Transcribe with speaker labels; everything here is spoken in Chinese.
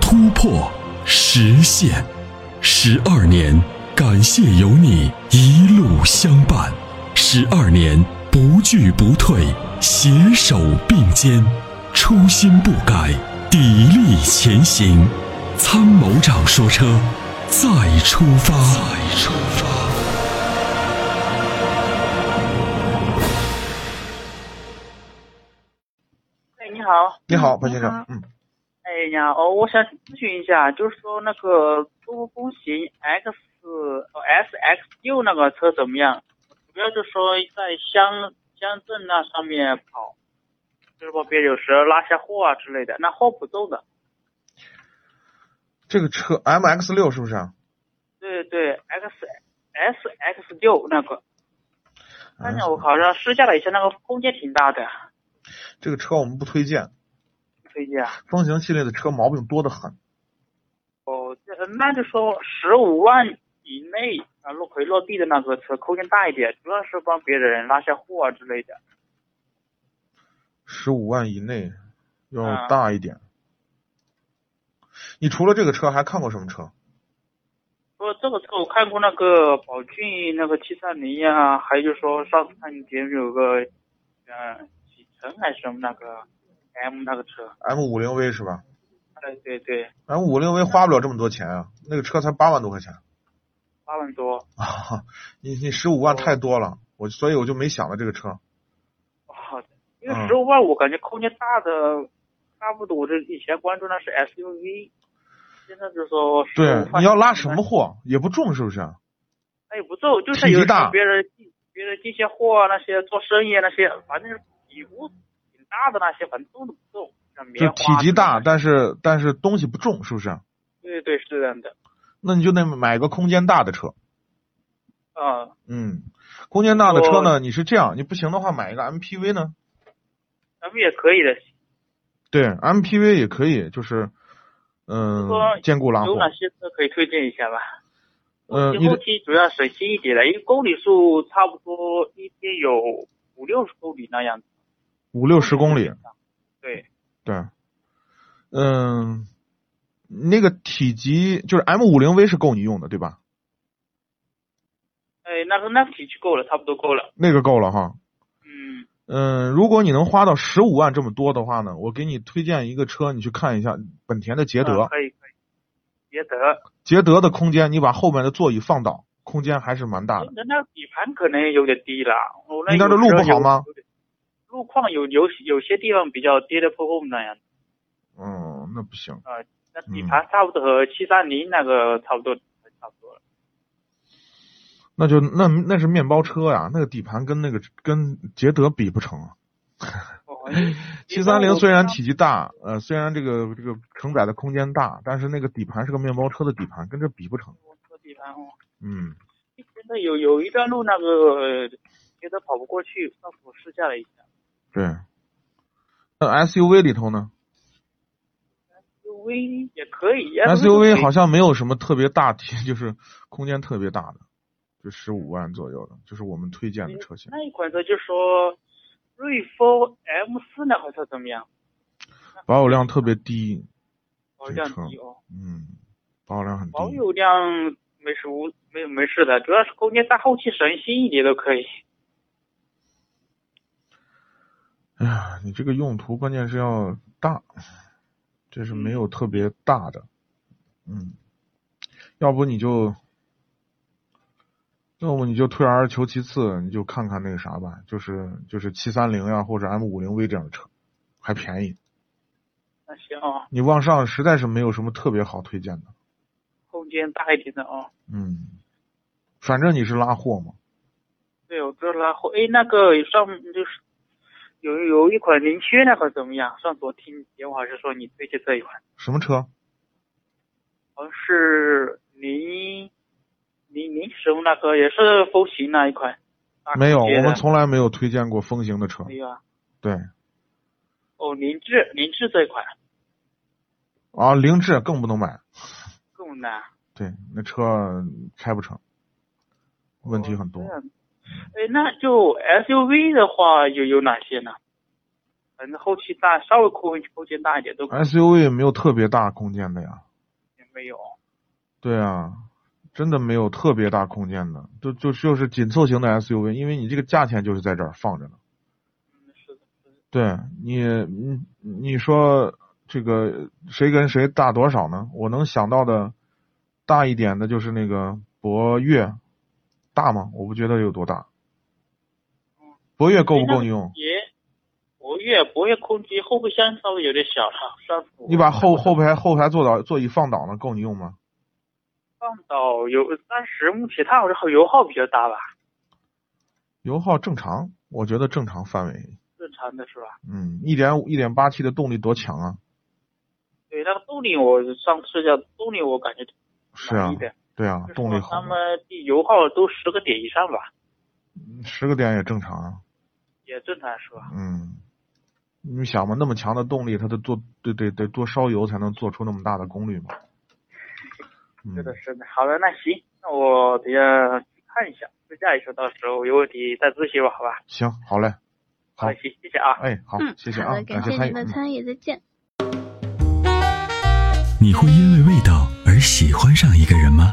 Speaker 1: 突破、实现，十二年，感谢有你一路相伴，十二年不惧不退，携手并肩，初心不改，砥砺前行。”参谋长说：“车，再出发。”再出发。
Speaker 2: 哎，你好，
Speaker 3: 你好，潘先生，嗯，
Speaker 2: 哎你好，哦，我想咨询一下，就是说那个多工型 X 哦 S X 六那个车怎么样？主要就是说在乡乡镇那上面跑，就是说别人有时候拉下货啊之类的，那货不重的。
Speaker 3: 这个车 M X 六是不是啊？
Speaker 2: 对对，X S X 六那个，看见我好像试驾了一下，那个空间挺大的，
Speaker 3: 这个车我们不推荐，
Speaker 2: 推荐啊。
Speaker 3: 风行系列的车毛病多得很。
Speaker 2: 哦，这那就说十五万以内啊，落可以落地的那个车，空间大一点，主要是帮别人拉下货啊之类的。
Speaker 3: 十五万以内要
Speaker 2: 啊
Speaker 3: 大一点。你除了这个车还看过什么车？
Speaker 2: 说这个车我看过那个宝骏那个七三零呀，还有就是说上次看你节目有个，嗯、启辰还是什么那个 M 那个车，
Speaker 3: M 五零 V 是吧
Speaker 2: 哎对对，
Speaker 3: ？M 五零 V 花不了这么多钱啊，那个车才八万多块钱
Speaker 2: 八万多，
Speaker 3: 啊！你你十五万太多了，我所以我就没想到这个车。
Speaker 2: 好的，因
Speaker 3: 嗯
Speaker 2: 为十五万我感觉空间大的差不多，我这以前关注那是 SUV，现在就说15
Speaker 3: 对，
Speaker 2: 万
Speaker 3: 你要拉什么？货也不重是不是啊？
Speaker 2: 哎，不重，就是
Speaker 3: 体积
Speaker 2: 有时
Speaker 3: 大
Speaker 2: 候别人进别人进些货啊，那些做生意啊那些，反正礼物挺大的那些，反正重都不重，像
Speaker 3: 就
Speaker 2: 棉花。
Speaker 3: 体积大，。但是但是东西不重是不是啊？
Speaker 2: 对对，是这样的。
Speaker 3: 那你就得买个空间大的车。
Speaker 2: 嗯，
Speaker 3: 嗯，空间大的车
Speaker 2: 我
Speaker 3: 呢，你是这样，你不行的话买一个 MPV 呢？
Speaker 2: 咱们也可以的。
Speaker 3: 对，MPV 也可以，就是嗯、
Speaker 2: 说
Speaker 3: 兼顾拉
Speaker 2: 有
Speaker 3: 货。
Speaker 2: 哪些车可以推荐一下吧？
Speaker 3: 呃，
Speaker 2: 我
Speaker 3: 你
Speaker 2: 后
Speaker 3: 的
Speaker 2: 期主要省心一点的，因为公里数差不多一天有五六十公里那样子。
Speaker 3: 五六十公里，。
Speaker 2: 对，
Speaker 3: 对，嗯、那个体积就是 M 五零 V 是够你用的，对吧？
Speaker 2: 哎，那个那个体积够了，差不多够了。
Speaker 3: 那个够了哈。
Speaker 2: 嗯，
Speaker 3: 嗯、如果你能花到十五万这么多的话呢，我给你推荐一个车，你去看一下本田的捷
Speaker 2: 捷
Speaker 3: 德。
Speaker 2: 啊可以可以。捷德，
Speaker 3: 捷德的空间，你把后面的座椅放倒，空间还是蛮大的。
Speaker 2: 捷德那个底盘可能有点低了。我那
Speaker 3: 你那儿的
Speaker 2: 有时候
Speaker 3: 路不好吗
Speaker 2: 有？有点路况有有有些地方比较跌跌碰碰那样子，
Speaker 3: 嗯，那不行。
Speaker 2: 那底
Speaker 3: 嗯
Speaker 2: 盘差不多和七三零那个差不多，差不多了。
Speaker 3: 那就那那是面包车呀，那个底盘跟那个跟捷德比不成啊。
Speaker 2: 哦
Speaker 3: 七三零虽然
Speaker 2: 我
Speaker 3: 体积大，呃，虽然这个这个承载的空间大，但是那个底盘是个面包车的底盘，跟这比不成。
Speaker 2: 我底盘哦，
Speaker 3: 嗯，
Speaker 2: 真的有有一段路那个呃觉得跑不过去，上次我试驾了一下
Speaker 3: 对。那 SUV 里头呢
Speaker 2: ，SUV 也可以
Speaker 3: ？SUV 好
Speaker 2: 像
Speaker 3: 像没有什么特别大体， 就是空间特别大的，就十五万左右的，就是我们推荐的车型。
Speaker 2: 那一款车就说瑞风 M 四那款车怎么样？嗯
Speaker 3: 保有量特别低，
Speaker 2: 保有量低哦，
Speaker 3: 嗯，保有量很低。
Speaker 2: 保有量没事无没没事的，主要是空间大，后期省心一点都可以。
Speaker 3: 哎呀，你这个用途关键是要大，这是没有特别大的，嗯，要不你就，要不你就退而求其次，你就看看那个啥吧，就是就是七三零呀或者 M 五零 V 这样的车，还便宜。
Speaker 2: 那行哦，
Speaker 3: 你往上实在是没有什么特别好推荐的，
Speaker 2: 空间大一点的哦。
Speaker 3: 嗯，反正你是拉货嘛，
Speaker 2: 对，我知道了。后哎，那个上就是有有一款林区那款怎么样？上次我听节目好像说你推荐这一款
Speaker 3: 什么车？
Speaker 2: 好像是零零零什么那个也是风行那一款，大
Speaker 3: 没有，
Speaker 2: 空间
Speaker 3: 我
Speaker 2: 的
Speaker 3: 们从来没有推荐过风行的车
Speaker 2: 没。有啊。
Speaker 3: 对
Speaker 2: 哦，凌志凌志这一款
Speaker 3: 啊，凌志更不能买，
Speaker 2: 更难，
Speaker 3: 对，那车开不成，问题很多
Speaker 2: 哦。这样哎，那就 SUV 的话有有哪些呢？反正后期大稍微空空间大一点都可
Speaker 3: SUV 也没有特别大空间的呀。
Speaker 2: 以没有。
Speaker 3: 对啊，真的没有特别大空间的，就就就是紧凑型的 SUV，因为你这个价钱就是在这儿放着呢。
Speaker 2: 嗯，是的，是的，
Speaker 3: 对你，你你说这个谁跟谁大多少呢？我能想到的大一点的就是那个博越，大吗？我不觉得有多大。博
Speaker 2: 嗯
Speaker 3: 越
Speaker 2: 哎
Speaker 3: 够不够你用？
Speaker 2: 也博越博越空间后备箱稍微有点小了，三十五。
Speaker 3: 你把后后排后排座岛座椅放倒了，够你用吗？
Speaker 2: 放倒油，但是目前它好像油耗比较大吧，
Speaker 3: 油耗正常，我觉得正常范围。
Speaker 2: 正常的是吧？
Speaker 3: 嗯，一点一点八 T 的动力多强啊！
Speaker 2: 对，那个动力我上次叫动力，我感觉
Speaker 3: 是啊
Speaker 2: 满意，的，
Speaker 3: 对啊，
Speaker 2: 就是
Speaker 3: 动力
Speaker 2: 说
Speaker 3: 好
Speaker 2: 他
Speaker 3: 嘛，
Speaker 2: 们的油耗都十个点以上吧，
Speaker 3: 十个点也正常啊。
Speaker 2: 也正常是吧？
Speaker 3: 嗯，你想嘛，那么强的动力，它得做得得得多烧油才能做出那么大的功率嘛。嗯
Speaker 2: 是，的，是的。好的，那行，那我等一下去看一下，试驾一下，到时候有问题再咨询我，好吧？
Speaker 3: 行，好嘞，好
Speaker 2: 好的，行，谢谢啊。
Speaker 3: 哎，好，
Speaker 4: 嗯，
Speaker 3: 谢谢
Speaker 4: 好
Speaker 3: 啊
Speaker 4: 的，，感
Speaker 3: 谢
Speaker 4: 您
Speaker 3: 参与，
Speaker 4: 的
Speaker 3: 嗯
Speaker 4: 参与，再见。
Speaker 1: 你会因为味道而喜欢上一个人吗？